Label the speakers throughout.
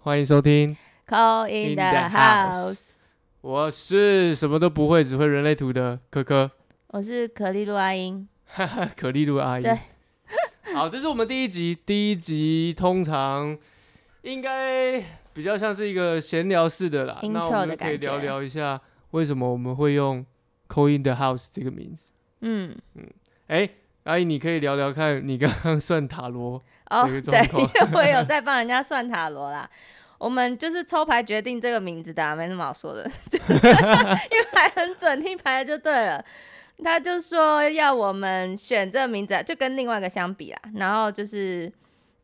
Speaker 1: 欢迎收听，
Speaker 2: Call in
Speaker 1: In
Speaker 2: the
Speaker 1: the house
Speaker 2: house，
Speaker 1: 我是什么都不会，只会人类图的可可，
Speaker 2: 我是可丽露阿英。
Speaker 1: 哈哈，可丽露阿姨。
Speaker 2: 对，
Speaker 1: 好，这是我们第一集，第一集通常应该比较像是一个闲聊式的啦，那
Speaker 2: Intro
Speaker 1: 我们就
Speaker 2: 的
Speaker 1: 可以
Speaker 2: 感觉
Speaker 1: 聊聊一下为什么我们会用 “coin the house” 这个名字。
Speaker 2: 嗯，
Speaker 1: 哎，阿姨，你可以聊聊看你刚刚算塔罗
Speaker 2: 哦，
Speaker 1: 有一个
Speaker 2: 对，
Speaker 1: 状况
Speaker 2: 因为我有在帮人家算塔罗啦。我们就是抽牌决定这个名字的、啊，没什么好说的， 就因为牌很准，听牌就对了。他就说要我们选这个名字啊，就跟另外一个相比啦。然后就是，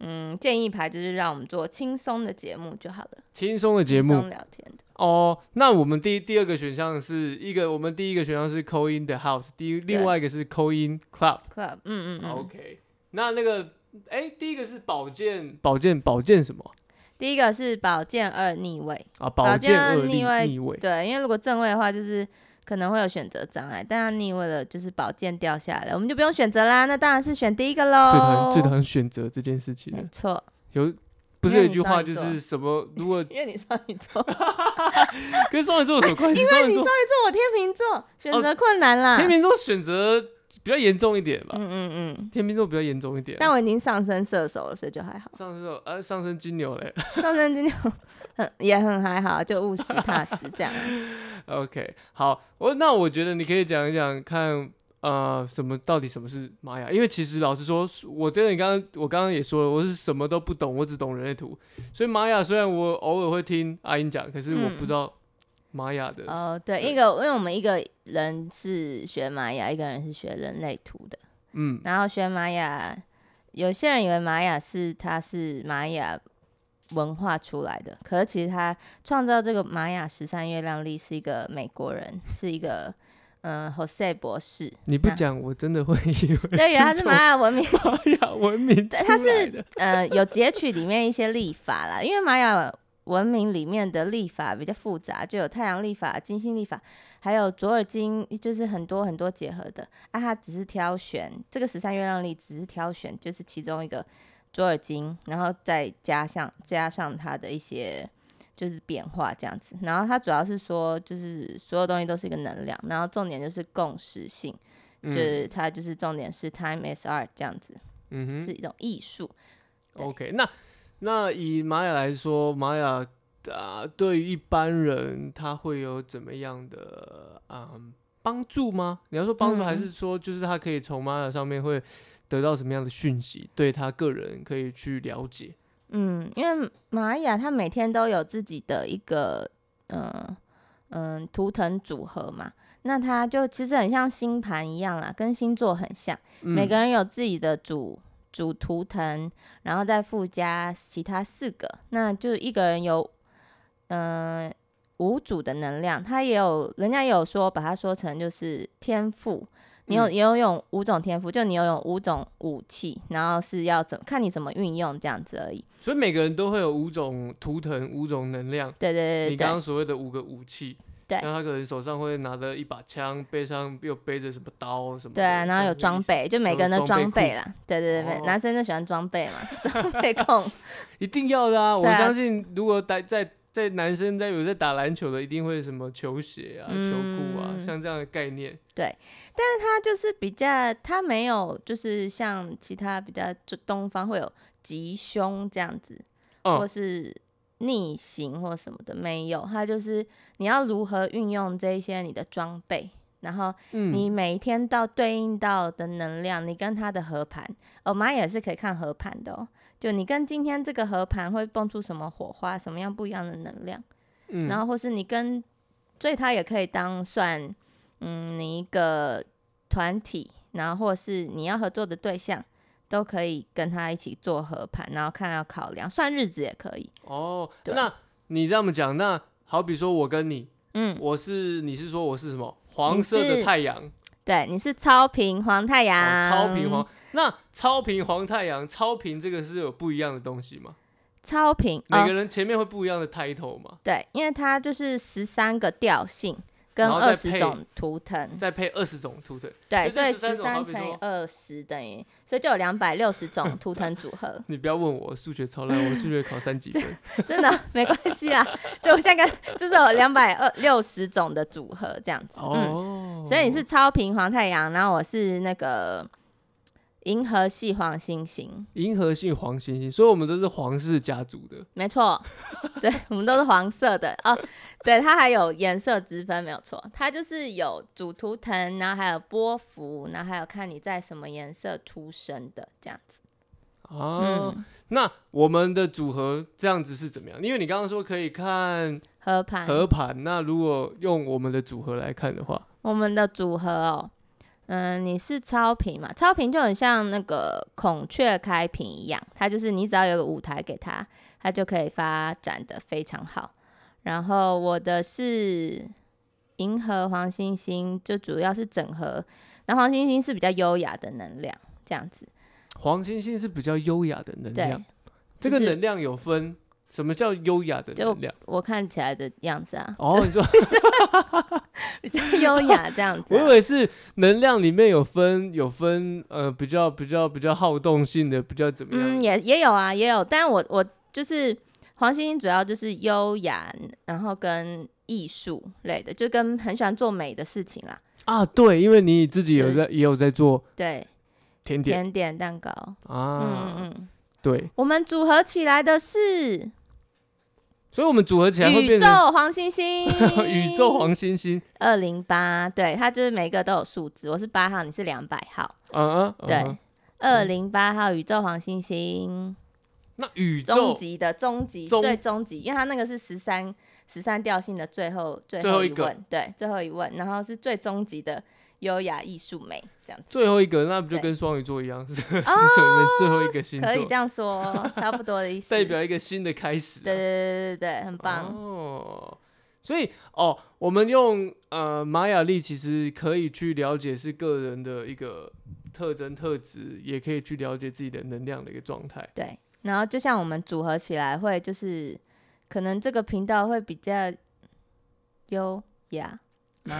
Speaker 2: 嗯，建议牌就是让我们做轻松的节目就好了，
Speaker 1: 轻松的节
Speaker 2: 轻
Speaker 1: 目
Speaker 2: 松聊天的。
Speaker 1: 哦。那我们第第二个选项是一个，我们第一个选项是 “coin the house”，第一另外一个是 “coin club”。
Speaker 2: Club，嗯嗯嗯。
Speaker 1: OK，那那个，哎、第一个是宝剑，宝剑，宝剑什么
Speaker 2: 第一个是宝剑二逆位，
Speaker 1: 啊？
Speaker 2: 宝
Speaker 1: 剑
Speaker 2: 剑
Speaker 1: 恶
Speaker 2: 逆
Speaker 1: 逆
Speaker 2: 位
Speaker 1: 逆位，
Speaker 2: 对，因为如果正位的话，就是可能会有选择障碍，但他逆位了，就是宝剑掉下来了，我们就不用选择啦。那当然是选第一个喽。
Speaker 1: 最讨厌最讨厌选择这件事情
Speaker 2: 没
Speaker 1: 了。
Speaker 2: 错，
Speaker 1: 有不
Speaker 2: 因
Speaker 1: 是
Speaker 2: 为
Speaker 1: 有一
Speaker 2: 你
Speaker 1: 句
Speaker 2: 双
Speaker 1: 话
Speaker 2: 鱼
Speaker 1: 就
Speaker 2: 座
Speaker 1: 是什么？如果
Speaker 2: 因为你双鱼座，
Speaker 1: 跟双鱼座有什 么关系？双鱼
Speaker 2: 你
Speaker 1: 座
Speaker 2: 双鱼座，我天秤座，选
Speaker 1: 哦
Speaker 2: 择困难啦。
Speaker 1: 天秤座选择比较严重一点吧，
Speaker 2: 啊嗯嗯嗯，
Speaker 1: 天秤座比较严重一点。。
Speaker 2: 但我已经上升射手了，所以就还好
Speaker 1: 上升座呃上升金牛嘞。
Speaker 2: 上升金牛很 也很还好，就务实踏实这 样。
Speaker 1: OK，好，我那我觉得你可以讲一讲看。呃，什么到底什么是玛雅？因为其实老实说，我真的刚刚我刚刚也说了，我是什么都不懂，我只懂人类图。所以玛雅虽然我偶尔会听阿英讲，可是我
Speaker 2: 嗯
Speaker 1: 不知道玛雅的。
Speaker 2: 哦，对，
Speaker 1: 对
Speaker 2: 一个因为我们一个人是学玛雅，一个人是学人类图的。
Speaker 1: 嗯，
Speaker 2: 然后学玛雅，有些人以为玛雅是它是玛雅文化出来的，可是其实他创造这个玛雅十三月亮历是一个美国人，是一个嗯 Jose 博士，
Speaker 1: 你不
Speaker 2: 那
Speaker 1: 讲，我真的会以为
Speaker 2: 对，他是
Speaker 1: 从
Speaker 2: 玛雅文明，
Speaker 1: 玛雅文明
Speaker 2: 对 它
Speaker 1: 出来
Speaker 2: 是
Speaker 1: 的
Speaker 2: 呃，有截取里面一些历法啦，因为玛雅。文明里面的历法比较复杂，就有太阳历法、金星历法，还有左耳金，就是很多很多结合的。啊，他只是挑选这个十三月亮历，只是挑选就是其中一个左耳金，然后再加上加上它的一些就是变化这样子。然后它主要是说，就是所有东西都是一个能量，然后重点就是共识性，就
Speaker 1: 嗯
Speaker 2: 是它就是重点是 time is art 这样子，
Speaker 1: 嗯哼
Speaker 2: 是一种艺术。对
Speaker 1: OK，那那以玛雅来说，玛雅啊、对于一般人他会有怎么样的嗯帮助吗？你要说帮助，还
Speaker 2: 嗯
Speaker 1: 是说就是他可以从玛雅上面会得到什么样的讯息，对他个人可以去了解？
Speaker 2: 嗯，因为玛雅她每天都有自己的一个呃嗯图腾组合嘛，那它就其实很像星盘一样啦，跟星座很像，每个
Speaker 1: 人
Speaker 2: 人有自己的主主图腾，然后再附加其他四个，那就一个人有嗯、呃五组的能量，他也有人家也有说把它说成就是天赋，你有
Speaker 1: 嗯
Speaker 2: 你有用五种天赋，就你有用五种武器，然后是要怎看你怎么运用这样子而已。
Speaker 1: 所以每个人都会有五种图腾、五种能量。
Speaker 2: 对呃对对
Speaker 1: 你刚
Speaker 2: 对
Speaker 1: 刚所谓的五个武器，
Speaker 2: 对
Speaker 1: 那他可能手上会拿着一把枪，背上又背着什么刀什么的。
Speaker 2: 对啊，然后有
Speaker 1: 这样
Speaker 2: 装
Speaker 1: 子的意思，
Speaker 2: 备，就每个人的
Speaker 1: 装备
Speaker 2: 装备啦。对对对，
Speaker 1: 哦
Speaker 2: 每男生就喜欢装备嘛， 装备控。
Speaker 1: 一定要的啊！我
Speaker 2: 对啊
Speaker 1: 相信，如果打在在男生在有在打篮球的，一定会什么球鞋啊、球裤啊，
Speaker 2: 嗯
Speaker 1: 像这样的概念。
Speaker 2: 它就是比较，它没有就是像其他比较就东方会有吉凶这样子，或
Speaker 1: 嗯，
Speaker 2: 是逆行或什么的，没有。它就是你要如何运用这一些你的装备，然后
Speaker 1: 嗯，
Speaker 2: 你每天到对应到的能量，你跟它的合盘，哦，玛雅也是可以看合盘的哦。就你跟今天这个合盘会蹦出什么火花，什么样不一样的能量，
Speaker 1: 嗯
Speaker 2: 然后或是你跟，所以它也可以当算，嗯，你一个团体，然后或是你要合作的对象，都可以跟他一起做合盘，然后看要考量算日子也可以，
Speaker 1: 哦，
Speaker 2: 对
Speaker 1: 那你这么讲，那好比说我跟你，
Speaker 2: 嗯，
Speaker 1: 我是你是说我是什么黄色的太阳，
Speaker 2: 对，你是超频黄太阳，
Speaker 1: 啊，超频黄。那超频黄太阳，超频这个是有不一样的东西吗？
Speaker 2: 超频，
Speaker 1: 每
Speaker 2: 哦
Speaker 1: 个人前面会不一样的 title 吗？
Speaker 2: 对，因为它就是十三个调性，跟
Speaker 1: 然后再
Speaker 2: 二十
Speaker 1: 配
Speaker 2: 种图腾，
Speaker 1: 再配二十种图腾。
Speaker 2: 对，
Speaker 1: 所
Speaker 2: 所
Speaker 1: 以
Speaker 2: 以
Speaker 1: 这13
Speaker 2: 十
Speaker 1: 种好
Speaker 2: 三
Speaker 1: 比
Speaker 2: 乘以
Speaker 1: 说，
Speaker 2: 二十等于，所以就有两百六十种图腾组合
Speaker 1: 你不要问我数学超烂，我数学考三几分。
Speaker 2: 真的没关系啦。就我现在跟就是有两百二六十种的组合这样子， 嗯，
Speaker 1: 哦，
Speaker 2: 所以你是超频黄太阳，然后我是那个银河系黄星星，
Speaker 1: 银河系黄星星，所以我们都是皇室家族的。
Speaker 2: 没错，对我们都是黄色的哦。对，它还有颜色之分，没有错，它就是有主图腾，然后还有波幅，然后还有看你在什么颜色出生的这样子，
Speaker 1: 哦，
Speaker 2: 嗯，
Speaker 1: 那我们的组合这样子是怎么样？因为你刚刚说可以看
Speaker 2: 合盘
Speaker 1: 合盘，那如果用我们的组合来看的话，
Speaker 2: 我们的组合哦，嗯，你是超频嘛？超频就很像那个孔雀开屏一样，它就是你只要有个舞台给它，它就可以发展的非常好。然后我的是银河黄星星，就主要是整合，那黄星星是比较优雅的能量，这样子。
Speaker 1: 黄星星是比较优雅的能
Speaker 2: 对
Speaker 1: 量。这个
Speaker 2: 就是
Speaker 1: 能量有分什么叫优雅的能量？
Speaker 2: 我看起来的样子啊，
Speaker 1: 哦， 你说，
Speaker 2: 比较优雅这样子
Speaker 1: 我
Speaker 2: 啊、
Speaker 1: 以为是能量里面有分有分，呃，比较比较比较好动性的，比较怎么
Speaker 2: 嗯，
Speaker 1: 样？
Speaker 2: 也也有啊，也有，但我我就是黄星星主要就是优雅，然后跟艺术类的，就跟很喜欢做美的事情啦。
Speaker 1: 啊，对，因为你自己有
Speaker 2: 就是
Speaker 1: 在也有在做
Speaker 2: 对，
Speaker 1: 甜点
Speaker 2: 甜点蛋糕，嗯
Speaker 1: 啊，
Speaker 2: 嗯嗯，
Speaker 1: 对，
Speaker 2: 我们组合起来 的是
Speaker 1: 所以我们组合起来会
Speaker 2: 宇
Speaker 1: 变
Speaker 2: 宙
Speaker 1: 成，
Speaker 2: 黄星星
Speaker 1: 宇宙黄星星。
Speaker 2: 二零八，对，它就是每个都有数字，我是八号，你是两百号，
Speaker 1: 啊，啊
Speaker 2: 对
Speaker 1: 啊，
Speaker 2: 二零八号宇宙黄星星，
Speaker 1: 那宇
Speaker 2: 终
Speaker 1: 宙
Speaker 2: 极的终极
Speaker 1: 终
Speaker 2: 最终极，因为它那个是十三十三调性的最后最
Speaker 1: 最后
Speaker 2: 后
Speaker 1: 一
Speaker 2: 一
Speaker 1: 个
Speaker 2: 问，对，最后一问，然后是最终极的优雅艺术美这样子，
Speaker 1: 最后一个，那不就
Speaker 2: 对
Speaker 1: 跟双鱼座一样， 是星座里面最后一个星
Speaker 2: 哦可以
Speaker 1: 座
Speaker 2: 这，样说，差不多的意思。
Speaker 1: 代表一个新的开始啊。
Speaker 2: 对对对对对，很棒。
Speaker 1: 哦，所以哦，我们用呃玛雅历其实可以去了解是个人的一个特征特质，也可以去了解自己的能量的一个状态。
Speaker 2: 对，然后就像我们组合起来会，就是可能这个频道会比较优雅吗？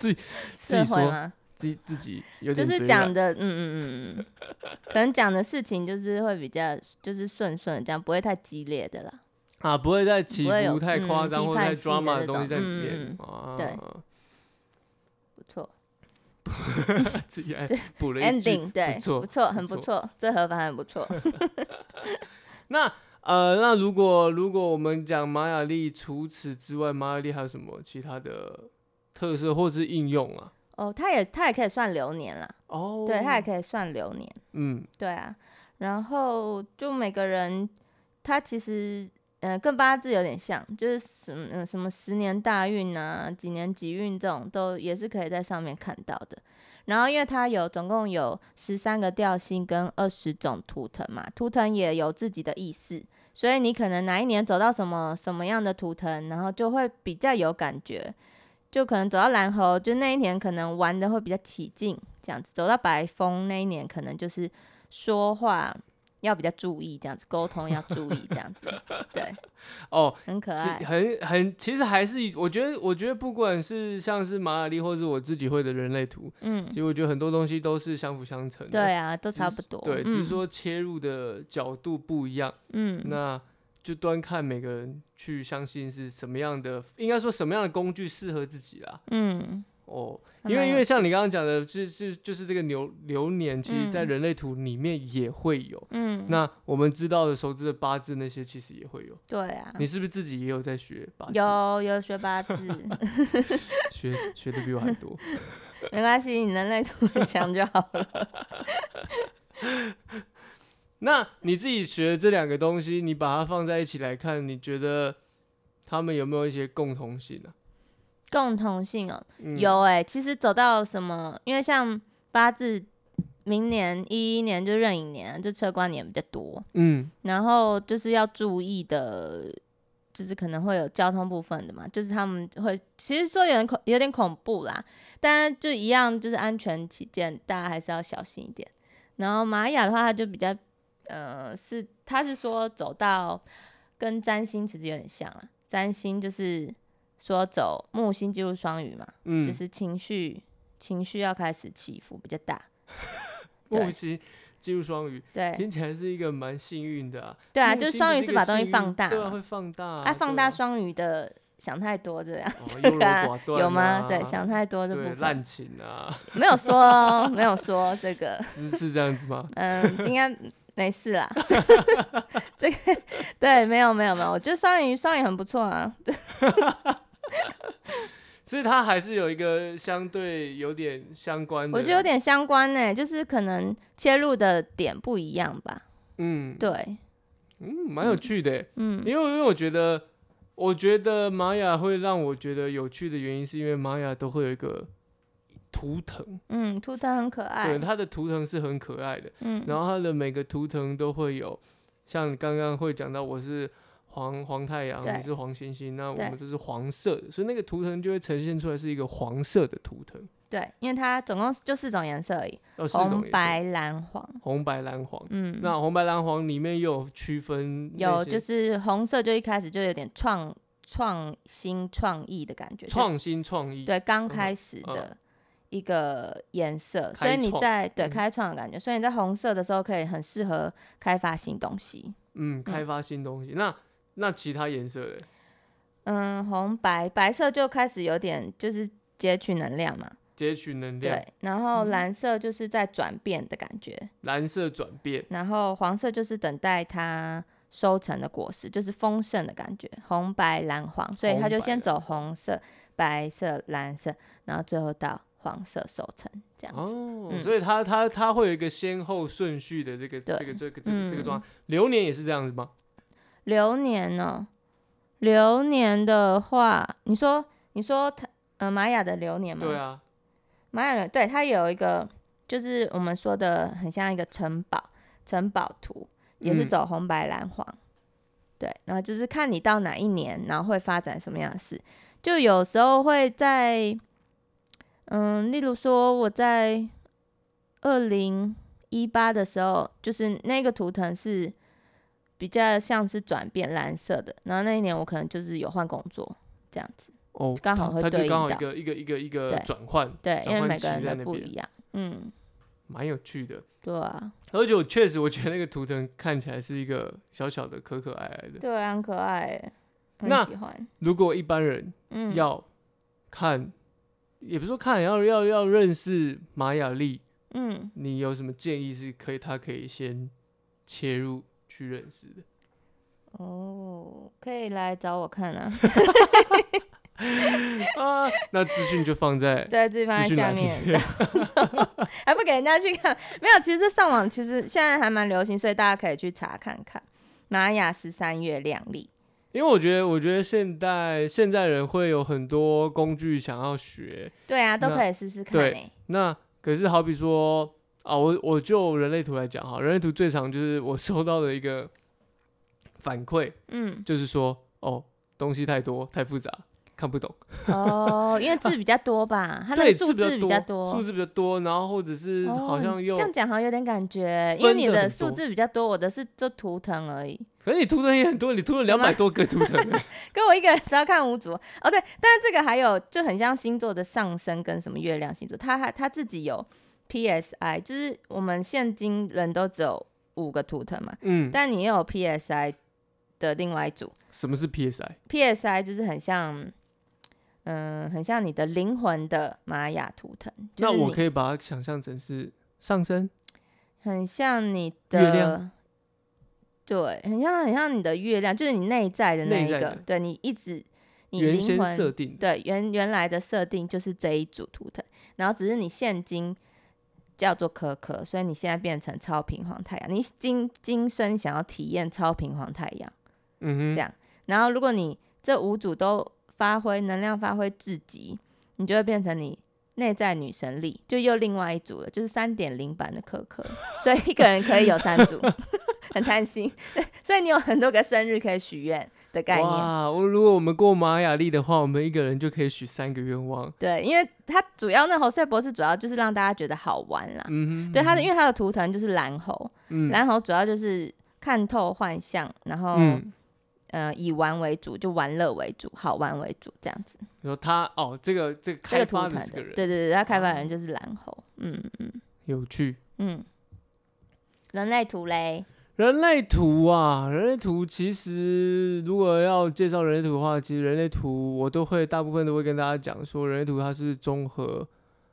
Speaker 1: 自己自
Speaker 2: 是
Speaker 1: 己
Speaker 2: 会
Speaker 1: 说
Speaker 2: 吗？
Speaker 1: 自己自己有
Speaker 2: 就
Speaker 1: 点
Speaker 2: 是
Speaker 1: 追
Speaker 2: 讲
Speaker 1: 来
Speaker 2: 的，嗯嗯嗯嗯嗯，可能讲的事情就是会比较就是顺顺，这样不会太激烈的啦。
Speaker 1: 啊，不会再起
Speaker 2: 不会
Speaker 1: 伏
Speaker 2: 有
Speaker 1: 太
Speaker 2: 嗯
Speaker 1: 夸张、
Speaker 2: 批
Speaker 1: 或者太
Speaker 2: 判性的
Speaker 1: drama
Speaker 2: 那
Speaker 1: 的东西
Speaker 2: 种
Speaker 1: 在里
Speaker 2: 嗯
Speaker 1: 面
Speaker 2: 嗯、
Speaker 1: 啊。
Speaker 2: 对，不错
Speaker 1: 自己还补了一句。
Speaker 2: ，ending 对，
Speaker 1: 不错
Speaker 2: 不错，
Speaker 1: 不
Speaker 2: 很不
Speaker 1: 错
Speaker 2: 错，这合法很不错。
Speaker 1: 那呃，那如果如果我们讲玛雅历，除此之外，玛雅历还有什么其他的特色或是应用啊？
Speaker 2: 哦，它也它也可以算流年啦，
Speaker 1: 哦，
Speaker 2: 对，它也可以算流年，
Speaker 1: 嗯，
Speaker 2: 对啊。然后就每个人，他其实呃跟八字有点像，就是什么、呃、什么十年大运啊、几年几运这种，都也是可以在上面看到的。然后因为它有总共有十三个调性跟二十种图腾嘛，图腾也有自己的意思，所以你可能哪一年走到什么什么样的图腾，然后就会比较有感觉。就可能走到蓝猴，就那一年可能玩的会比较起劲，这样子；走到白风那一年，可能就是说话要比较注意，这样子沟通要注意，这样 子，对，
Speaker 1: 哦，
Speaker 2: 很可爱
Speaker 1: 是。很很，其实还是以我觉得，我觉得不管是像是马尔利，或是我自己会的人类图，
Speaker 2: 嗯
Speaker 1: 其，实我觉得很多东西都是相辅相成的。
Speaker 2: 对啊，都
Speaker 1: 只
Speaker 2: 差
Speaker 1: 是
Speaker 2: 不多。
Speaker 1: 对，只是
Speaker 2: 嗯
Speaker 1: 说切入的角度不一样，
Speaker 2: 嗯，
Speaker 1: 那就端看每个人去相信是什么样的，应该说什么样的工具适合自己啦。
Speaker 2: 嗯，
Speaker 1: 哦，
Speaker 2: 还
Speaker 1: 因为
Speaker 2: 蛮
Speaker 1: 因
Speaker 2: 有
Speaker 1: 为像你刚刚讲的，就是就是这个流流年，其实在
Speaker 2: 嗯
Speaker 1: 人类图里面也会有。
Speaker 2: 嗯，
Speaker 1: 那我们知道的熟知的八字那些，其实也会有。
Speaker 2: 对啊，
Speaker 1: 你是不是自己也有在学八字？
Speaker 2: 有有学八字，
Speaker 1: 学学的比我还多。
Speaker 2: 没关系，你能耐度很强就好 了。
Speaker 1: 那你自己学这两个东西，你把它放在一起来看，你觉得他们有没有一些共同性呢、
Speaker 2: 共同性哦，
Speaker 1: 嗯、
Speaker 2: 有哎、其实走到什么，因为像八字，明年一一年就壬寅年，啊就车官年比较多，
Speaker 1: 嗯，
Speaker 2: 然后就是要注意的，就是可能会有交通部分的嘛，就是他们会其实说有点恐有点恐怖啦，但就一样就是安全起见，大家还是要小心一点。然后玛雅的话，它就比较，呃，是啊他是说走到跟占星其实有点像啦，占星就是说走木星进入双鱼嘛，
Speaker 1: 嗯，
Speaker 2: 就是情绪情绪要开始起伏比较大。对
Speaker 1: 木星进入双鱼，
Speaker 2: 对
Speaker 1: 听起来是一个蛮幸运的啊。
Speaker 2: 对啊，
Speaker 1: 木
Speaker 2: 就是
Speaker 1: 星
Speaker 2: 双鱼
Speaker 1: 是
Speaker 2: 把
Speaker 1: 个
Speaker 2: 东西
Speaker 1: 幸
Speaker 2: 放
Speaker 1: 运
Speaker 2: 大
Speaker 1: 对啊，
Speaker 2: 嘛
Speaker 1: 会放大啊，
Speaker 2: 啊，放
Speaker 1: 对
Speaker 2: 大
Speaker 1: 啊
Speaker 2: 双鱼的想太多这样，
Speaker 1: 哦 优柔
Speaker 2: 啊
Speaker 1: 寡断
Speaker 2: 有吗？
Speaker 1: 啊
Speaker 2: 对，想太多这
Speaker 1: 对
Speaker 2: 部
Speaker 1: 滥
Speaker 2: 分
Speaker 1: 情啊，
Speaker 2: 没有说哦，没有说这个，
Speaker 1: 是是这样子吗？
Speaker 2: 嗯，应该没事啦。 这个对，没有没有没有，我觉得双鱼双鱼很不错啊，对
Speaker 1: 所以它还是有一个相对有点相关的，
Speaker 2: 我觉得有点相关呢、就是可能切入的点不一样吧。
Speaker 1: 嗯，
Speaker 2: 对，
Speaker 1: 嗯，蛮有趣的欸，
Speaker 2: 嗯，
Speaker 1: 因为因为我觉得，我觉得玛雅会让我觉得有趣的原因，是因为玛雅都会有一个图腾，
Speaker 2: 嗯，图腾很可
Speaker 1: 对，
Speaker 2: 爱，
Speaker 1: 它的图腾是很可爱的，
Speaker 2: 嗯，
Speaker 1: 然后它的每个图腾都会有，像刚刚会讲到我是黄黄太阳，
Speaker 2: 对
Speaker 1: 你是黄星星，那我
Speaker 2: 对
Speaker 1: 们这是黄色的，所以那个图腾就会呈现出来是一个黄色的图腾，
Speaker 2: 对，因为它总共就四种颜色而已，
Speaker 1: 哦，四种
Speaker 2: 红
Speaker 1: 颜色、
Speaker 2: 白蓝黄，
Speaker 1: 红白蓝黄。
Speaker 2: 嗯，
Speaker 1: 那红白蓝黄里面又有区分那
Speaker 2: 有
Speaker 1: 些
Speaker 2: 就是红色就一开始就有点创创新创意的感觉，就
Speaker 1: 创新创意，
Speaker 2: 对刚
Speaker 1: 嗯
Speaker 2: 开始
Speaker 1: 嗯
Speaker 2: 的一个颜色，所
Speaker 1: 开
Speaker 2: 以你
Speaker 1: 创
Speaker 2: 在对
Speaker 1: 嗯
Speaker 2: 开创的感觉，所以你在红色的时候可以很适合开发新东西。
Speaker 1: 嗯，开发新东西。那那其他颜色嘞？
Speaker 2: 嗯，红白白色就开始有点就是截取能量嘛，
Speaker 1: 截取能量，
Speaker 2: 对，然后
Speaker 1: 嗯
Speaker 2: 蓝色就是在转变的感觉，
Speaker 1: 蓝色转变，
Speaker 2: 然后黄色就是等待它收成的果实，就是丰盛的感觉。红白蓝黄，所以它就先走红色、白色、蓝色，然后最后到黄色收成这样子。
Speaker 1: 哦，
Speaker 2: 嗯
Speaker 1: 所以它它它会有一个先后顺序的这个
Speaker 2: 对
Speaker 1: 这个这个这个这个
Speaker 2: 嗯
Speaker 1: 状况。流年也是这样子吗？
Speaker 2: 流年呢、流年的话，你说你说它呃玛雅的流年吗？
Speaker 1: 对啊，
Speaker 2: 玛雅人对它有一个，就是我们说的很像一个城堡，城堡图也是
Speaker 1: 嗯
Speaker 2: 走红白蓝黄，对，然后就是看你到哪一年，然后会发展什么样的事，就有时候会在，嗯，例如说我在二零一八的时候，就是那个图腾是比较像是转变蓝色的，然后那一年我可能就是有换工作这样子，
Speaker 1: 哦，
Speaker 2: 刚好
Speaker 1: 它
Speaker 2: 会
Speaker 1: 它就
Speaker 2: 对
Speaker 1: 刚
Speaker 2: 应
Speaker 1: 好一
Speaker 2: 到
Speaker 1: 个一个一个一个
Speaker 2: 对
Speaker 1: 转换，
Speaker 2: 对，因
Speaker 1: 转
Speaker 2: 为
Speaker 1: 换
Speaker 2: 每
Speaker 1: 期
Speaker 2: 个人
Speaker 1: 在
Speaker 2: 的
Speaker 1: 那
Speaker 2: 不
Speaker 1: 边
Speaker 2: 一样，嗯，
Speaker 1: 蛮有趣的。
Speaker 2: 对啊。
Speaker 1: 而且我确实我觉得那个图腾看起来是一个小小的可可爱爱的。
Speaker 2: 对啊，很可爱欸，很
Speaker 1: 那
Speaker 2: 喜欢。
Speaker 1: 如果一般人
Speaker 2: 嗯，
Speaker 1: 要看，也不是说看，要要要认识玛雅历，
Speaker 2: 嗯，
Speaker 1: 你有什么建议是可以他可以先切入去认识的？
Speaker 2: 哦，可以来找我看 啊，
Speaker 1: 啊，那资讯就放在
Speaker 2: 对，自己放在
Speaker 1: 资讯
Speaker 2: 下
Speaker 1: 栏里
Speaker 2: 面，
Speaker 1: 面。
Speaker 2: 还不给人家去看？没有，其实上网其实现在还蛮流行，所以大家可以去查看看。玛雅十三月亮历，
Speaker 1: 因为我觉得，我觉得现代现在人会有很多工具想要学，
Speaker 2: 对啊，都
Speaker 1: 那
Speaker 2: 可以试试看欸
Speaker 1: 对
Speaker 2: 诶。
Speaker 1: 那可是好比说啊，我我就人类图来讲哈，人类图最常就是我收到的一个反馈，
Speaker 2: 嗯，
Speaker 1: 就是说哦，东西太多太复杂，看不懂。
Speaker 2: 哦，因为字比较多吧，它那
Speaker 1: 对，
Speaker 2: 个数字
Speaker 1: 比
Speaker 2: 比较
Speaker 1: 多，数
Speaker 2: 多。
Speaker 1: 字比较多，然后或者是
Speaker 2: 哦
Speaker 1: 好像又
Speaker 2: 这，样讲好像有点感觉，因为
Speaker 1: 分
Speaker 2: 你
Speaker 1: 得
Speaker 2: 的
Speaker 1: 很
Speaker 2: 数
Speaker 1: 多
Speaker 2: 字比较多，我的是就图腾而已。
Speaker 1: 可是你图腾也很多，你图了
Speaker 2: 有
Speaker 1: 两
Speaker 2: 吗
Speaker 1: 百多个图腾 欸，
Speaker 2: 跟我一个人只要看五组哦，对，但是这个还有就很像星座的上升跟什么月亮星座，他还他自己有 PSI，就是我们现今人都只有五个图腾嘛，
Speaker 1: 嗯，
Speaker 2: 但你也有 PSI 的另外一组
Speaker 1: 什么是 PSI？
Speaker 2: ，PSI 就是很像，嗯、很像你的灵魂的玛雅图腾，就
Speaker 1: 那
Speaker 2: 是
Speaker 1: 我
Speaker 2: 你
Speaker 1: 可以把它想象成是上升，
Speaker 2: 很像你
Speaker 1: 月
Speaker 2: 的
Speaker 1: 亮。
Speaker 2: 对，很像很像你的月亮，就是你内在的那
Speaker 1: 内
Speaker 2: 一
Speaker 1: 在
Speaker 2: 个
Speaker 1: 的，
Speaker 2: 对你一直你
Speaker 1: 原
Speaker 2: 灵
Speaker 1: 先
Speaker 2: 魂
Speaker 1: 设定的。
Speaker 2: 对，原原来的设定就是这一组图腾，然后只是你现今叫做可可，所以你现在变成超平黄太阳，你今今生想要体验超平黄太阳，
Speaker 1: 嗯
Speaker 2: 这
Speaker 1: 哼，
Speaker 2: 样然后如果你这五组都发挥能量发挥至极，你就会变成你。内在女神力就又另外一组了，就是三点零版的可可，所以一个人可以有三组， 很贪心。 对所以你有很多个生日可以许愿的概念。
Speaker 1: 哇，我如果我们过玛雅历的话，我们一个人就可以许三个愿望。
Speaker 2: 对，因为他主要那侯赛博士主要就是让大家觉得好玩啦。
Speaker 1: 嗯哼，
Speaker 2: 对他的，因为他的图腾就是蓝猴，
Speaker 1: 嗯
Speaker 2: 蓝猴主要就是看透幻象，然后、
Speaker 1: 嗯
Speaker 2: 呃以玩为主，就玩乐为主，好玩为主这样子。
Speaker 1: 你说他哦，这个这个
Speaker 2: 这
Speaker 1: 开
Speaker 2: 个图
Speaker 1: 发
Speaker 2: 腾
Speaker 1: 的
Speaker 2: 的，
Speaker 1: 这个人哦
Speaker 2: 对对对，他开发的人就是蓝猴，嗯嗯
Speaker 1: 有趣。
Speaker 2: 嗯，人类图嘞，
Speaker 1: 人类图啊，人类图其实如果要介绍人类图的话，其实人类图我都会大部分都会跟大家讲说，人类图它是综合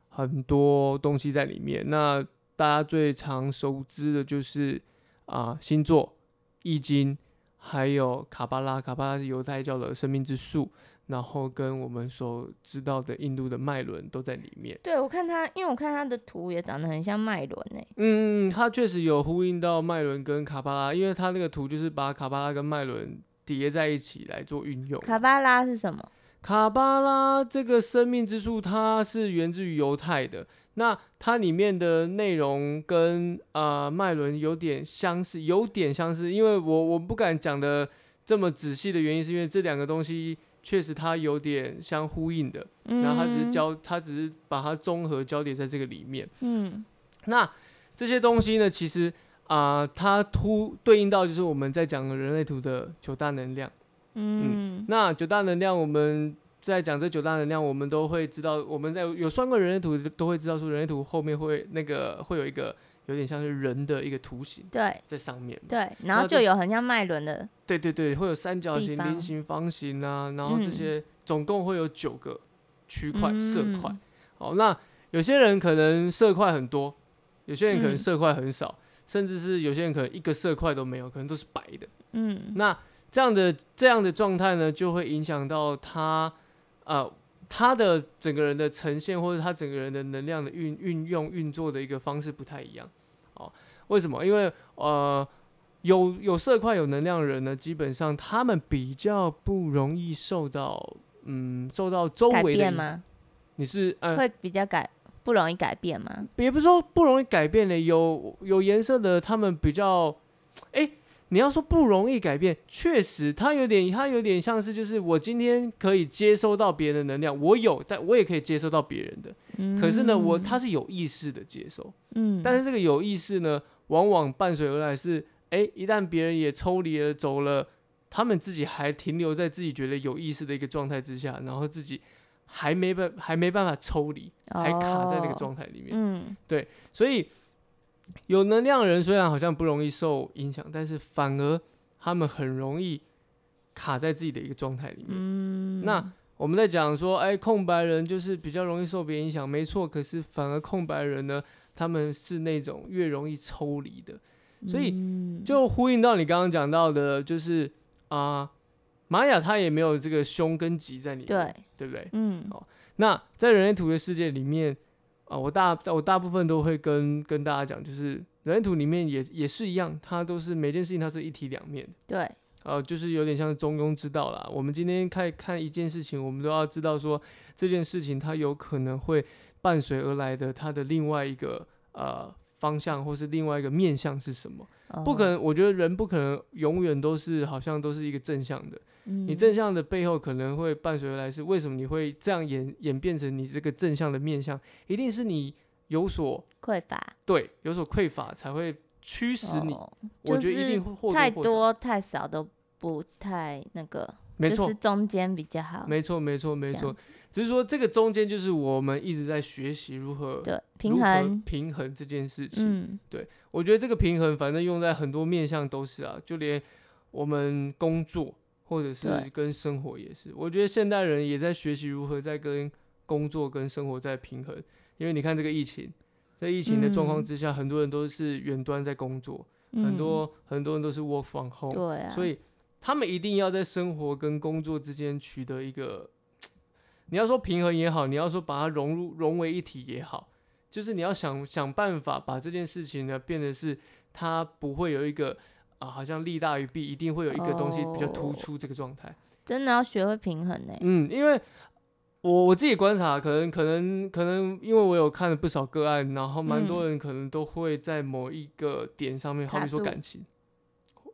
Speaker 1: 很多东西在里面。那大家最常熟知的就是啊、星座、易经，还有卡巴拉。卡巴拉是犹太教的生命之树，然后跟我们所知道的印度的脉轮都在里面。
Speaker 2: 对我看他，因为我看他的图也长得很像欸脉轮诶，
Speaker 1: 嗯，它确实有呼应到脉轮跟卡巴拉，因为它那个图就是把卡巴拉跟脉轮叠在一起来做运用。
Speaker 2: 卡巴拉是什么？
Speaker 1: 卡巴拉这个生命之树，它是源自于犹太的，那它里面的内容跟啊脉轮有点相似，有点相似，因为我我不敢讲的这么仔细的原因，是因为这两个东西确实它有点相呼应的，
Speaker 2: 嗯，
Speaker 1: 然后它只是交，它只是把它综合交叠在这个里面。
Speaker 2: 嗯
Speaker 1: 那这些东西呢，其实啊、它突对应到就是我们在讲的人类图的九大能量。
Speaker 2: 嗯
Speaker 1: 那九大能量，我们在讲这九大能量，我们都会知道，我们在有算过人类图，都会知道说人类图后面会那个会有一个有点像是人的一个图形
Speaker 2: 对
Speaker 1: 在上面嘛。
Speaker 2: 对，
Speaker 1: 然
Speaker 2: 然
Speaker 1: 后
Speaker 2: 后
Speaker 1: 就
Speaker 2: 就有很像脉轮的，
Speaker 1: 对对对，会有三角
Speaker 2: 地
Speaker 1: 形、
Speaker 2: 方
Speaker 1: 菱形、方形啊，然后这
Speaker 2: 嗯
Speaker 1: 些、总共会有九个区块色块。
Speaker 2: 嗯
Speaker 1: 哦，那有些人可能色块很多，有些人可能
Speaker 2: 嗯
Speaker 1: 色块很少，甚至是有些人可能一个色块都没有，可能都是白的。
Speaker 2: 嗯
Speaker 1: 那这样的这样的状态呢，就会影响到他，呃，他的整个人的呈现，或者他整个人的能量的运运用运作的一个方式不太一样。哦，为什么？因为呃，有有色块有能量的人呢，基本上他们比较不容易受到，嗯，受到周
Speaker 2: 改
Speaker 1: 围的
Speaker 2: 变
Speaker 1: 影。
Speaker 2: 吗？
Speaker 1: 你是呃，
Speaker 2: 会比较改不容易改变吗？
Speaker 1: 也不是说不容易改变的，有有颜色的他们比较，哎、你要说不容易改变，确实它有点，它有点像是就是我今天可以接收到别人的能量，我有，但我也可以接收到别人的，可是呢，我它是有意识的接收，
Speaker 2: 嗯，
Speaker 1: 但是这个有意识呢，往往伴随而来是，哎、一旦别人也抽离了走了，他们自己还停留在自己觉得有意识的一个状态之下，然后自己还没办还没办法抽离，还卡在那个
Speaker 2: 哦，
Speaker 1: 状态里面。
Speaker 2: 嗯
Speaker 1: 所以有能量的人虽然好像不容易受影响，但是反而他们很容易卡在自己的一个状态里面。
Speaker 2: 嗯，
Speaker 1: 那我们在讲说，哎，空白人就是比较容易受别人影响，没错。可是反而空白人呢，他们是那种越容易抽离的，所以
Speaker 2: 嗯
Speaker 1: 就呼应到你刚刚讲到的，就是啊、玛雅他也没有这个凶跟吉在里面，
Speaker 2: 对，
Speaker 1: 对不对？
Speaker 2: 嗯
Speaker 1: 那在人类图的世界里面，啊、我大我大部分都会跟跟大家讲，就是人类图里面也也是一样，它都是每件事情它是一体两面的，
Speaker 2: 对，
Speaker 1: 呃，就是有点像中庸之道啦。我们今天看看一件事情，我们都要知道说这件事情它有可能会伴随而来的它的另外一个呃方向，或是另外一个面向是什么。不可
Speaker 2: 哦，
Speaker 1: 能，我觉得人不可能永远都是好像都是一个正向的。你
Speaker 2: 你
Speaker 1: 正向的背后可能会伴随而来是为什么你会这样演演变成你这个正向的面相，一定是你有所
Speaker 2: 匮乏，
Speaker 1: 对有所匮乏才会驱使你，
Speaker 2: 哦
Speaker 1: 我
Speaker 2: 就
Speaker 1: 觉得一
Speaker 2: 是
Speaker 1: 定会或
Speaker 2: 太
Speaker 1: 多或少，
Speaker 2: 多太少都不太那个，
Speaker 1: 没
Speaker 2: 就
Speaker 1: 错
Speaker 2: 是，中间比较好，
Speaker 1: 没错，没错，没
Speaker 2: 这
Speaker 1: 错
Speaker 2: 样，子
Speaker 1: 只是说这个中间就是我们一直在学习如何
Speaker 2: 对，
Speaker 1: 如
Speaker 2: 平
Speaker 1: 何
Speaker 2: 衡，
Speaker 1: 平衡这件事情。
Speaker 2: 嗯
Speaker 1: 我觉得这个平衡，反正用在很多面向都是啊，就连我们工作或者是
Speaker 2: 对
Speaker 1: 跟生活也是。我觉得现代人也在学习如何在跟工作跟生活在平衡，因为你看这个疫情，在疫情的状况
Speaker 2: 嗯
Speaker 1: 之下，很多人都是远端在工作，很
Speaker 2: 嗯，
Speaker 1: 多很多人都是 work from home，、
Speaker 2: 对啊，
Speaker 1: 所以他们一定要在生活跟工作之间取得一个，你要说平衡也好，你要说把它融入融为一体也好，就是你要想想办法把这件事情呢变得是它不会有一个啊，好像利大于弊，一定会有一个东西比较突
Speaker 2: 哦
Speaker 1: 出这个状态。
Speaker 2: 真的要学会平衡呢，
Speaker 1: 嗯，因为我我自己观察，可能可能可能，因为我有看了不少个案，然后蛮多人可能都会在某一个点上面，好
Speaker 2: 嗯卡
Speaker 1: 比说
Speaker 2: 住
Speaker 1: 感情，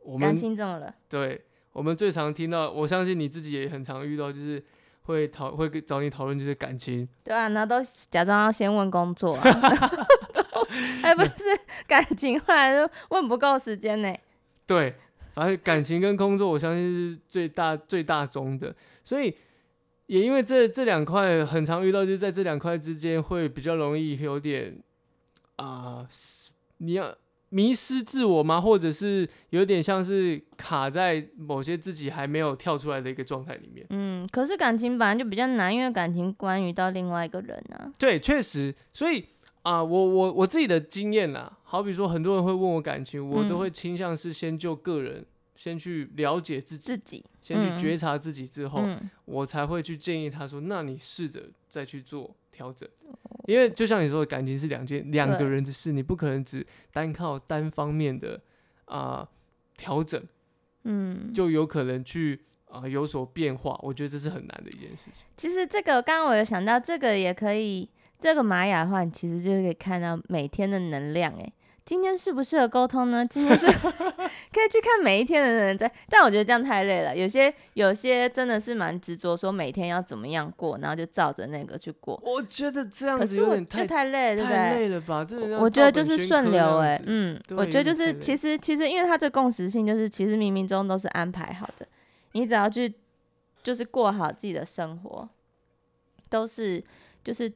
Speaker 1: 我们
Speaker 2: 感情怎么了？
Speaker 1: 对，我们最常听到，我相信你自己也很常遇到，就是会讨会跟找你讨论就是感情，
Speaker 2: 对啊，然后都假装要先问工 作啊，哎，不是感情，后来就问不够时间呢。
Speaker 1: 对，反正感情跟工作，我相信是最大最大宗的，所以也因为这这两块很常遇到，就是在这两块之间会比较容易有点啊、是你要迷失自我吗？或者是有点像是卡在某些自己还没有跳出来的一个状态里面？
Speaker 2: 嗯，可是感情本来就比较难，因为感情关于到另外一个人啊。
Speaker 1: 对，确实，所以啊、我我我自己的经验啦，好比说很多人会问我感情，我都
Speaker 2: 嗯
Speaker 1: 会倾向是先就个人，先去了解自己，
Speaker 2: 自己，
Speaker 1: 先
Speaker 2: 嗯
Speaker 1: 去觉察自己之后，
Speaker 2: 嗯，
Speaker 1: 我才会去建议他说，那你试着再去做调整，因为就像你说的，感情是两件两个
Speaker 2: 对
Speaker 1: 人的事，你不可能只单靠单方面的啊、调整，
Speaker 2: 嗯，
Speaker 1: 就有可能去啊、有所变化，我觉得这是很难的一件事情。
Speaker 2: 其实这个刚刚我有想到，这个也可以，这个玛雅的话，你其实就是可以看到每天的能量、欸。今天适不适合沟通呢？今天是 可以去看每一天的人在，但我觉得这样太累了。有些有些真的是蛮执着，说每天要怎么样过，然后就照着那个去过。
Speaker 1: 我觉得这样
Speaker 2: 可
Speaker 1: 子
Speaker 2: 是
Speaker 1: 有
Speaker 2: 我
Speaker 1: 点
Speaker 2: 就
Speaker 1: 太
Speaker 2: 太累了，对不
Speaker 1: 太
Speaker 2: 对？啊
Speaker 1: 累了吧？这
Speaker 2: 我觉得就是顺流哎、
Speaker 1: 哎、
Speaker 2: 嗯，
Speaker 1: 对
Speaker 2: 我觉得就
Speaker 1: 有点
Speaker 2: 是
Speaker 1: 太累
Speaker 2: 其实其实因为它这共识性就是其实冥冥中都是安排好的，你只要去就是过好自己的生活，都是就是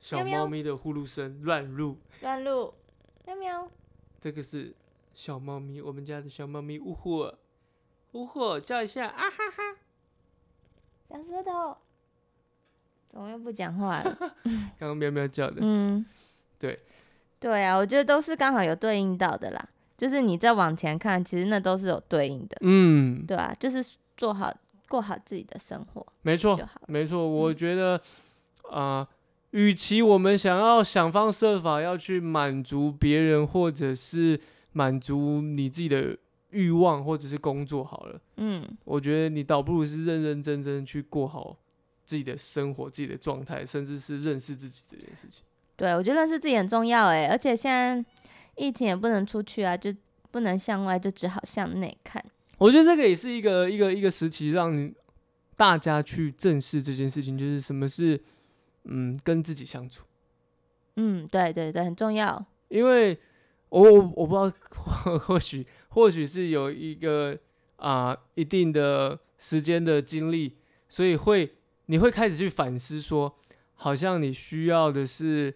Speaker 1: 小猫咪的呼噜声乱入，
Speaker 2: 乱入喵喵，
Speaker 1: 这个是小猫咪，我们家的小猫咪呜呼呜呼叫一下啊哈，
Speaker 2: 小舌头，怎么又不讲话 了？
Speaker 1: 刚刚喵喵叫的，
Speaker 2: 嗯，
Speaker 1: 对
Speaker 2: 对啊，我觉得都是刚好有对应到的啦，就是你再往前看，其实那都是有对应的，
Speaker 1: 嗯，
Speaker 2: 对啊，就是做好过好自己的生活
Speaker 1: 没错
Speaker 2: 就嗯好了。
Speaker 1: 没错，我觉得啊、呃与其我们想要想方设法要去满足别人，或者是满足你自己的欲望，或者是工作好了。
Speaker 2: 嗯，
Speaker 1: 我觉得你倒不如是认认真真去过好自己的生活、自己的状态，甚至是认识自己这件事情。
Speaker 2: 对，我觉得认识自己很重要哎，而且现在疫情也不能出去啊，就不能向外，就只好向内看。
Speaker 1: 我觉得这个也是一个一个一个时期，让大家去正视这件事情，就是什么是嗯跟自己相处。
Speaker 2: 嗯，对对对，很重要。
Speaker 1: 因为我我我不知道，或或许或许是有一个啊、一定的时间的经历，所以会你会开始去反思说，好像你需要的是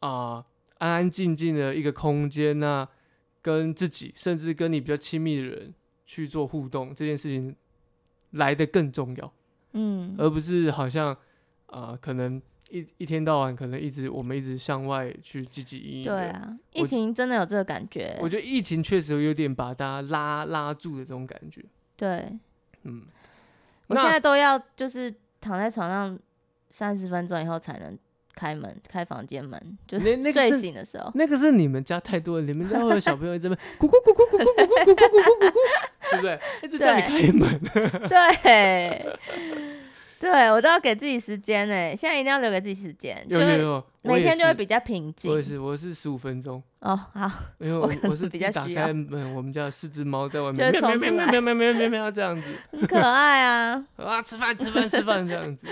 Speaker 1: 啊、安安静静的一个空间呐、跟自己，甚至跟你比较亲密的人去做互动，这件事情来的更重要。
Speaker 2: 嗯，
Speaker 1: 而不是好像啊、呃可能一一天到晚可能一直我们一直向外去积极应
Speaker 2: 对啊，疫情真的有这个感觉。
Speaker 1: 我觉得疫情确实有点把大家拉拉住的这种感觉，
Speaker 2: 对
Speaker 1: 嗯，
Speaker 2: 我
Speaker 1: 那
Speaker 2: 现在都要就是躺在床上三十分钟以后才能开门，开房间门，就
Speaker 1: 那那
Speaker 2: 是
Speaker 1: 个
Speaker 2: 睡
Speaker 1: 是
Speaker 2: 醒的时候。
Speaker 1: 那个是你们家太多了，你们家会有小朋友在那边咕咕咕咕咕咕咕咕咕咕咕咕咕咕，对不对？一直叫你开门，
Speaker 2: 对，对我都要给自己时间哎，现在一定要留给自己时间，就
Speaker 1: 有有
Speaker 2: 是
Speaker 1: 有，我
Speaker 2: 每
Speaker 1: 也
Speaker 2: 天就会
Speaker 1: 是
Speaker 2: 比较平静
Speaker 1: 我。也是，我是十五分钟，
Speaker 2: 哦，好，
Speaker 1: 因为
Speaker 2: 我
Speaker 1: 我
Speaker 2: 可能
Speaker 1: 我是
Speaker 2: 比较
Speaker 1: 一打
Speaker 2: 需
Speaker 1: 开
Speaker 2: 要
Speaker 1: 门，我们家有四只猫在外
Speaker 2: 就会
Speaker 1: 面，喵
Speaker 2: 冲
Speaker 1: 喵
Speaker 2: 出
Speaker 1: 喵喵
Speaker 2: 来
Speaker 1: 喵喵喵喵喵这样子，
Speaker 2: 很可爱啊。
Speaker 1: 啊，吃饭吃饭吃饭这样子，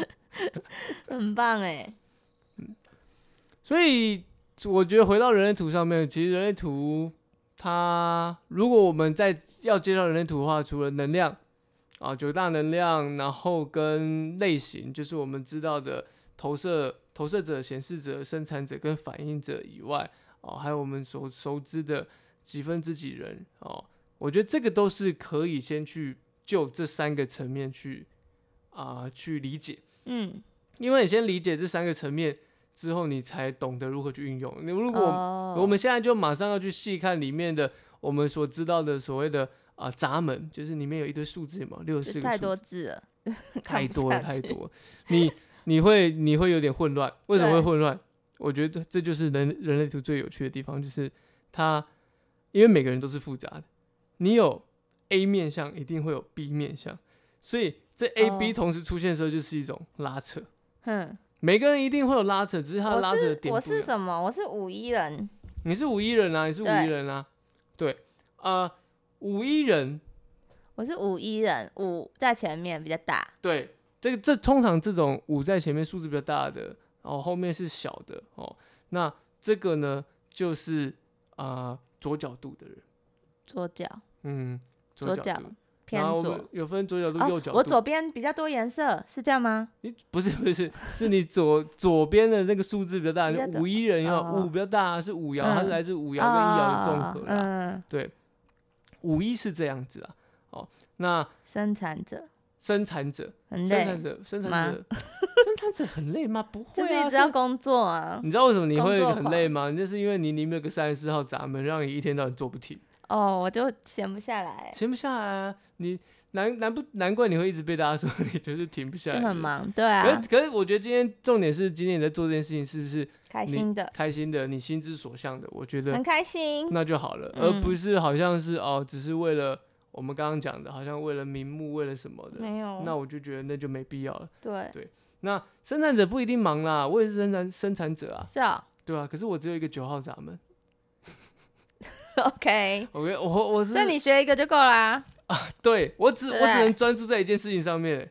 Speaker 2: 很棒哎，
Speaker 1: 所以我觉得回到人类图上面，其实人类图它如果我们在要介绍人类图的话，除了能量啊九大能量，然后跟类型，就是我们知道的投射投射者、显示者、生产者跟反应者以外，哦、还有我们所熟知的几分之几人哦，我觉得这个都是可以先去就这三个层面去啊、去理解。
Speaker 2: 嗯，
Speaker 1: 因为你先理解这三个层面之后，你才懂得如何去运用。你如果我们、
Speaker 2: 哦
Speaker 1: 我们现在就马上要去细看里面的我们所知道的所谓的啊、闸门，就是里面有一堆数字嘛，六十
Speaker 2: 这
Speaker 1: 四个
Speaker 2: 太
Speaker 1: 数
Speaker 2: 多
Speaker 1: 字
Speaker 2: 字了，
Speaker 1: 太
Speaker 2: 看不
Speaker 1: 多了
Speaker 2: 下
Speaker 1: 太
Speaker 2: 去
Speaker 1: 多了， 你你会你会有点混乱。为什么会
Speaker 2: 对
Speaker 1: 混乱？我觉得这就是人人类图最有趣的地方，就是它因为每个人都是复杂的，你有 A 面相，一定会有 B 面相，所以这 A、B
Speaker 2: 哦
Speaker 1: 同时出现的时候，就是一种拉扯。
Speaker 2: 哼，
Speaker 1: 每个人一定会有拉扯，只是他
Speaker 2: 我
Speaker 1: 拉扯的
Speaker 2: 是
Speaker 1: 点
Speaker 2: 我
Speaker 1: 不一
Speaker 2: 是
Speaker 1: 样。
Speaker 2: 什么？我是五一人，
Speaker 1: 你是五一人啊，你是五一
Speaker 2: 对
Speaker 1: 人啊，对，呃，五一人，
Speaker 2: 我是五一人，五在前面比较大，
Speaker 1: 对，这个这通常这种五在前面数字比较大的，哦，后面是小的哦，那这个呢就是啊、呃左角度的人，
Speaker 2: 左脚
Speaker 1: 嗯，
Speaker 2: 左
Speaker 1: 角
Speaker 2: 脚
Speaker 1: 度，
Speaker 2: 偏
Speaker 1: 然后我
Speaker 2: 左
Speaker 1: 们。有分左角度、右
Speaker 2: 哦
Speaker 1: 角，度。
Speaker 2: 我左边比较多颜色，是这样吗？
Speaker 1: 你不是不是， 是你左左边的那个数字比较大，
Speaker 2: 比较
Speaker 1: 就
Speaker 2: 大
Speaker 1: 五一人要
Speaker 2: 哦
Speaker 1: 五比较大，是五爻，它是
Speaker 2: 嗯
Speaker 1: 来自五爻
Speaker 2: 五
Speaker 1: 跟一爻的综合啦。
Speaker 2: 嗯，
Speaker 1: 对，五一是这样子啊。哦，那
Speaker 2: 生产者
Speaker 1: 生产者，
Speaker 2: 很
Speaker 1: 生
Speaker 2: 累
Speaker 1: 产，者，生
Speaker 2: 吗
Speaker 1: 产 者，生产者很累吗？不
Speaker 2: 就
Speaker 1: 会
Speaker 2: 是
Speaker 1: 啊，
Speaker 2: 一直要
Speaker 1: 生
Speaker 2: 工作啊。
Speaker 1: 你知道为什么你
Speaker 2: 工
Speaker 1: 会
Speaker 2: 作
Speaker 1: 很
Speaker 2: 狂
Speaker 1: 累吗？那是因为你里面有个三十四号闸门，让你一天到晚做不停，
Speaker 2: 哦，我就闲不下来，
Speaker 1: 闲不下来啊。你难难不难怪你会一直被大家说你就是停不下
Speaker 2: 就
Speaker 1: 来，
Speaker 2: 很。忙，对啊
Speaker 1: 可，是可是，我觉得今天重点是今天你在做这件事情是不是
Speaker 2: 开
Speaker 1: 你
Speaker 2: 心的，
Speaker 1: 开心的，你心之所向的，我觉得
Speaker 2: 很开心。
Speaker 1: 那就好了，
Speaker 2: 嗯
Speaker 1: 而不是好像是哦，只是为了我们刚刚讲的，好像为了名目，为了什么的。
Speaker 2: 没有，
Speaker 1: 那我就觉得那就没必要了。
Speaker 2: 对，
Speaker 1: 那生产者不一定忙啦，我也是生产生产者啊，
Speaker 2: 是 哦
Speaker 1: 对啊。可是我只有一个九号闸门
Speaker 2: ，OK。
Speaker 1: ，OK，我我是
Speaker 2: 所以你学一个就够啦。
Speaker 1: 对我只我
Speaker 2: 对
Speaker 1: 只能专注在一件事情上面，欸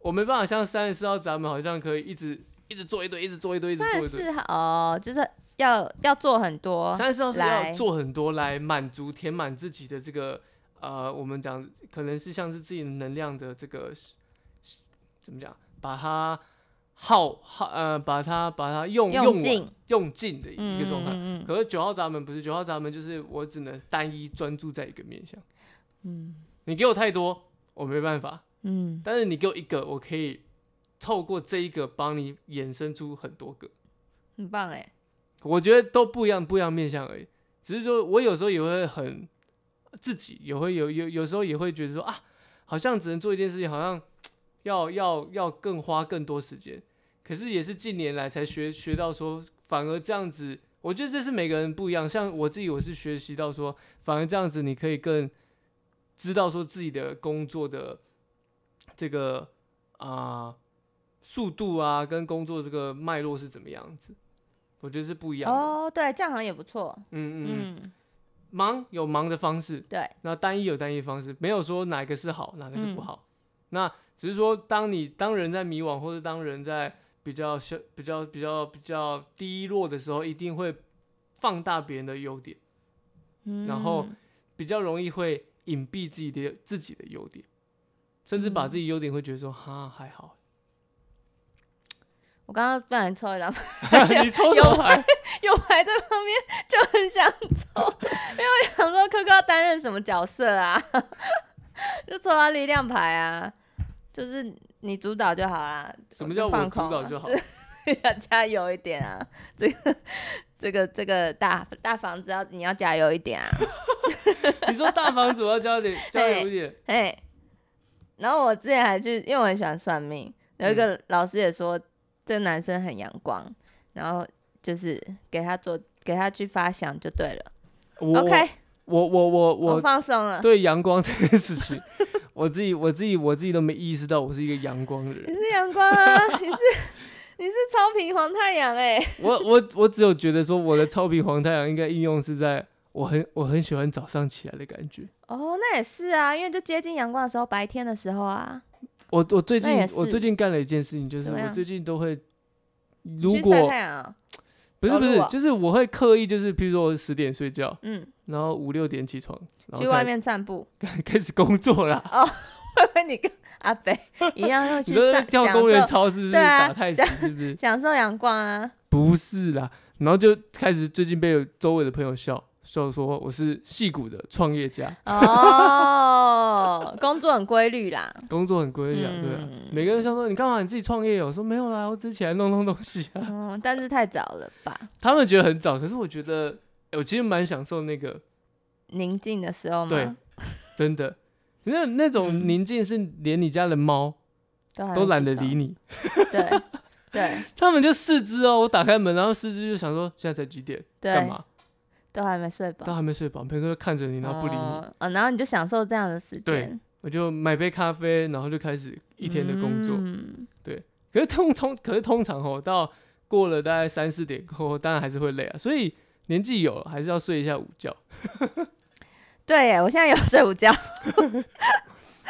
Speaker 1: 我没办法像三十四号闸门好像可以一直一直做一堆，一直做一堆，一直
Speaker 2: 三
Speaker 1: 做
Speaker 2: 十
Speaker 1: 一堆。
Speaker 2: 四号哦，就是要要做很多，
Speaker 1: 三十号是
Speaker 2: 来
Speaker 1: 要做很多来满足填满自己的这个呃，我们讲可能是像是自己的能量的这个是是怎么讲，把它耗耗呃，把它把它用
Speaker 2: 用
Speaker 1: 用
Speaker 2: 尽
Speaker 1: 完用尽的一
Speaker 2: 嗯
Speaker 1: 个状态。
Speaker 2: 嗯嗯嗯
Speaker 1: 可是九号闸门不是九号闸门，就是我只能单一专注在一个面向。
Speaker 2: 嗯
Speaker 1: 你给我太多，我没办法；
Speaker 2: 嗯
Speaker 1: 但是你给我一个，我可以透过这一个帮你衍生出很多个。
Speaker 2: 很棒哎，
Speaker 1: 我觉得都不一样，不一样面向而已。只是说我有时候也会很自己，也会有有有时候也会觉得说啊，好像只能做一件事情，好像要要要更花更多时间。可是也是近年来才学学到说，反而这样子，我觉得这是每个人不一样。像我自己，我是学习到说，反而这样子你可以更知道说自己的工作的这个啊、速度啊，跟工作这个脉络是怎么样子。我觉得是不一样的。
Speaker 2: 哦，对，这样好像也不错，
Speaker 1: 嗯嗯嗯，
Speaker 2: 嗯，
Speaker 1: 忙有忙的方式，
Speaker 2: 对，
Speaker 1: 那单一有单一的方式，没有说哪个是好，哪个是不好。
Speaker 2: 嗯
Speaker 1: 那只是说，当你当人在迷惘，或者当人在比较消、比较、比较、比较低落的时候，一定会放大别人的优点，
Speaker 2: 嗯
Speaker 1: 然后比较容易会隐蔽自己的自己的优点，甚至把自己优点会觉得说，哈，还好。
Speaker 2: 我刚刚不然抽 一张，
Speaker 1: 你抽什么牌？
Speaker 2: 嗯 有啊牌在旁边就很 想抽，因为我想说科科要担任什么角色啊， 就抽到力量牌啊，就是你主导就好啦。
Speaker 1: 什么叫我
Speaker 2: 放
Speaker 1: 主
Speaker 2: 空
Speaker 1: 导
Speaker 2: 啊
Speaker 1: 就好？
Speaker 2: 要加油一点啊！ 这个这个这个大大房子要你要加油一点啊！
Speaker 1: 你说大房主要加点加油
Speaker 2: 嘿
Speaker 1: 一 点，
Speaker 2: 嘿，然后我之前还去，因为我很喜欢算命，有一
Speaker 1: 嗯
Speaker 2: 个老师也说这个男生很阳光，然后就是给他做给他去发想就对了。
Speaker 1: 我
Speaker 2: OK，
Speaker 1: 我我我
Speaker 2: 我
Speaker 1: 我
Speaker 2: 放松 了。
Speaker 1: 对阳光这件事情，我自己我自己我自己都没意识到我是一个阳光的
Speaker 2: 你
Speaker 1: 人。
Speaker 2: 是阳光啊， 你是你是超平黄太阳哎、
Speaker 1: 我我我只有觉得说我的超皮黄太阳应该应用是在我很我很喜欢早上起来的感觉。
Speaker 2: 哦，那也是啊，因为就接近阳光的时候，白天的时候啊，
Speaker 1: 我我最近
Speaker 2: 那也是
Speaker 1: 我最近干了一件事情，就是
Speaker 2: 怎么
Speaker 1: 我
Speaker 2: 样
Speaker 1: 最近都会，如
Speaker 2: 去晒
Speaker 1: 果
Speaker 2: 太阳、啊。
Speaker 1: 不是
Speaker 2: 走
Speaker 1: 不
Speaker 2: 路
Speaker 1: 是
Speaker 2: 啊，
Speaker 1: 就是我会刻意就是，譬如说我十点睡觉，
Speaker 2: 嗯，
Speaker 1: 然后五六点起床，然
Speaker 2: 去
Speaker 1: 后
Speaker 2: 外
Speaker 1: 开
Speaker 2: 面散步。
Speaker 1: 开始工作啦。
Speaker 2: 会不会 你跟阿北一样要去
Speaker 1: 你都在
Speaker 2: 散
Speaker 1: 跳
Speaker 2: 享
Speaker 1: 公园
Speaker 2: 受
Speaker 1: 操是不是？
Speaker 2: 对啊
Speaker 1: 打太极是不是？
Speaker 2: 享受阳光啊？
Speaker 1: 不是啦，然后就开始最近被周围的朋友笑笑说我是戏骨的创业家，
Speaker 2: 哦，工作很规律啦，
Speaker 1: 工作很规律啊，对啊。
Speaker 2: 哦嗯
Speaker 1: 每个人笑说你干嘛你自己创业哦？我说没有啦，我只是起来弄弄东西啊。
Speaker 2: 嗯，但是太早了吧？
Speaker 1: 他们觉得很早，可是我觉得、哎我其实蛮享受那个，
Speaker 2: 宁静的时候
Speaker 1: 对
Speaker 2: 嘛，，
Speaker 1: 真的，那那种
Speaker 2: 嗯
Speaker 1: 宁静是连你家的猫
Speaker 2: 对
Speaker 1: 都懒得理。你。
Speaker 2: 对 对
Speaker 1: 他们就四只哦，我打开门，然后四只就想说现在才几点，干
Speaker 2: 对，
Speaker 1: 嘛？
Speaker 2: 都还没睡
Speaker 1: 都
Speaker 2: 饱，
Speaker 1: 还没睡饱，朋友就看着你，然后不理你。
Speaker 2: 哦哦，然后你就享受这样的时间，
Speaker 1: 我就买杯咖啡，然后就开始一天的工作。
Speaker 2: 嗯
Speaker 1: 可是通通，可是通常哦，到过了大概三四点过后，当然还是会累啊。所以年纪有了，还是要睡一下午觉，
Speaker 2: 对耶，我现在有睡午觉，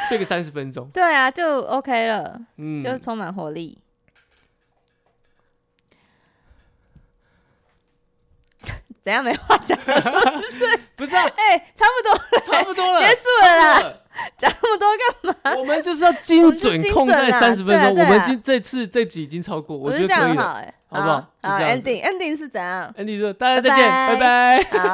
Speaker 1: 睡个三十分钟。
Speaker 2: 对啊，就 OK 了，
Speaker 1: 嗯，
Speaker 2: 就充满活力。 怎样没话讲？
Speaker 1: 不是啊，
Speaker 2: 哎、差不多
Speaker 1: 差不多了，
Speaker 2: 结束了
Speaker 1: 差
Speaker 2: 啦，
Speaker 1: 不多了
Speaker 2: 讲那么多干嘛？
Speaker 1: 我们就是要精准控在
Speaker 2: 我们是精准啊
Speaker 1: 三十分钟。我
Speaker 2: 对啊对啊
Speaker 1: 们今这次这集已经超过，我觉
Speaker 2: 是
Speaker 1: 得
Speaker 2: 这
Speaker 1: 可
Speaker 2: 样
Speaker 1: 以
Speaker 2: 好
Speaker 1: 了。
Speaker 2: 哎、
Speaker 1: 好不好就
Speaker 2: 好
Speaker 1: 这样子
Speaker 2: ，ending ending 是怎样？
Speaker 1: Andy 说：“大家再见，
Speaker 2: 拜拜
Speaker 1: 拜拜
Speaker 2: 好。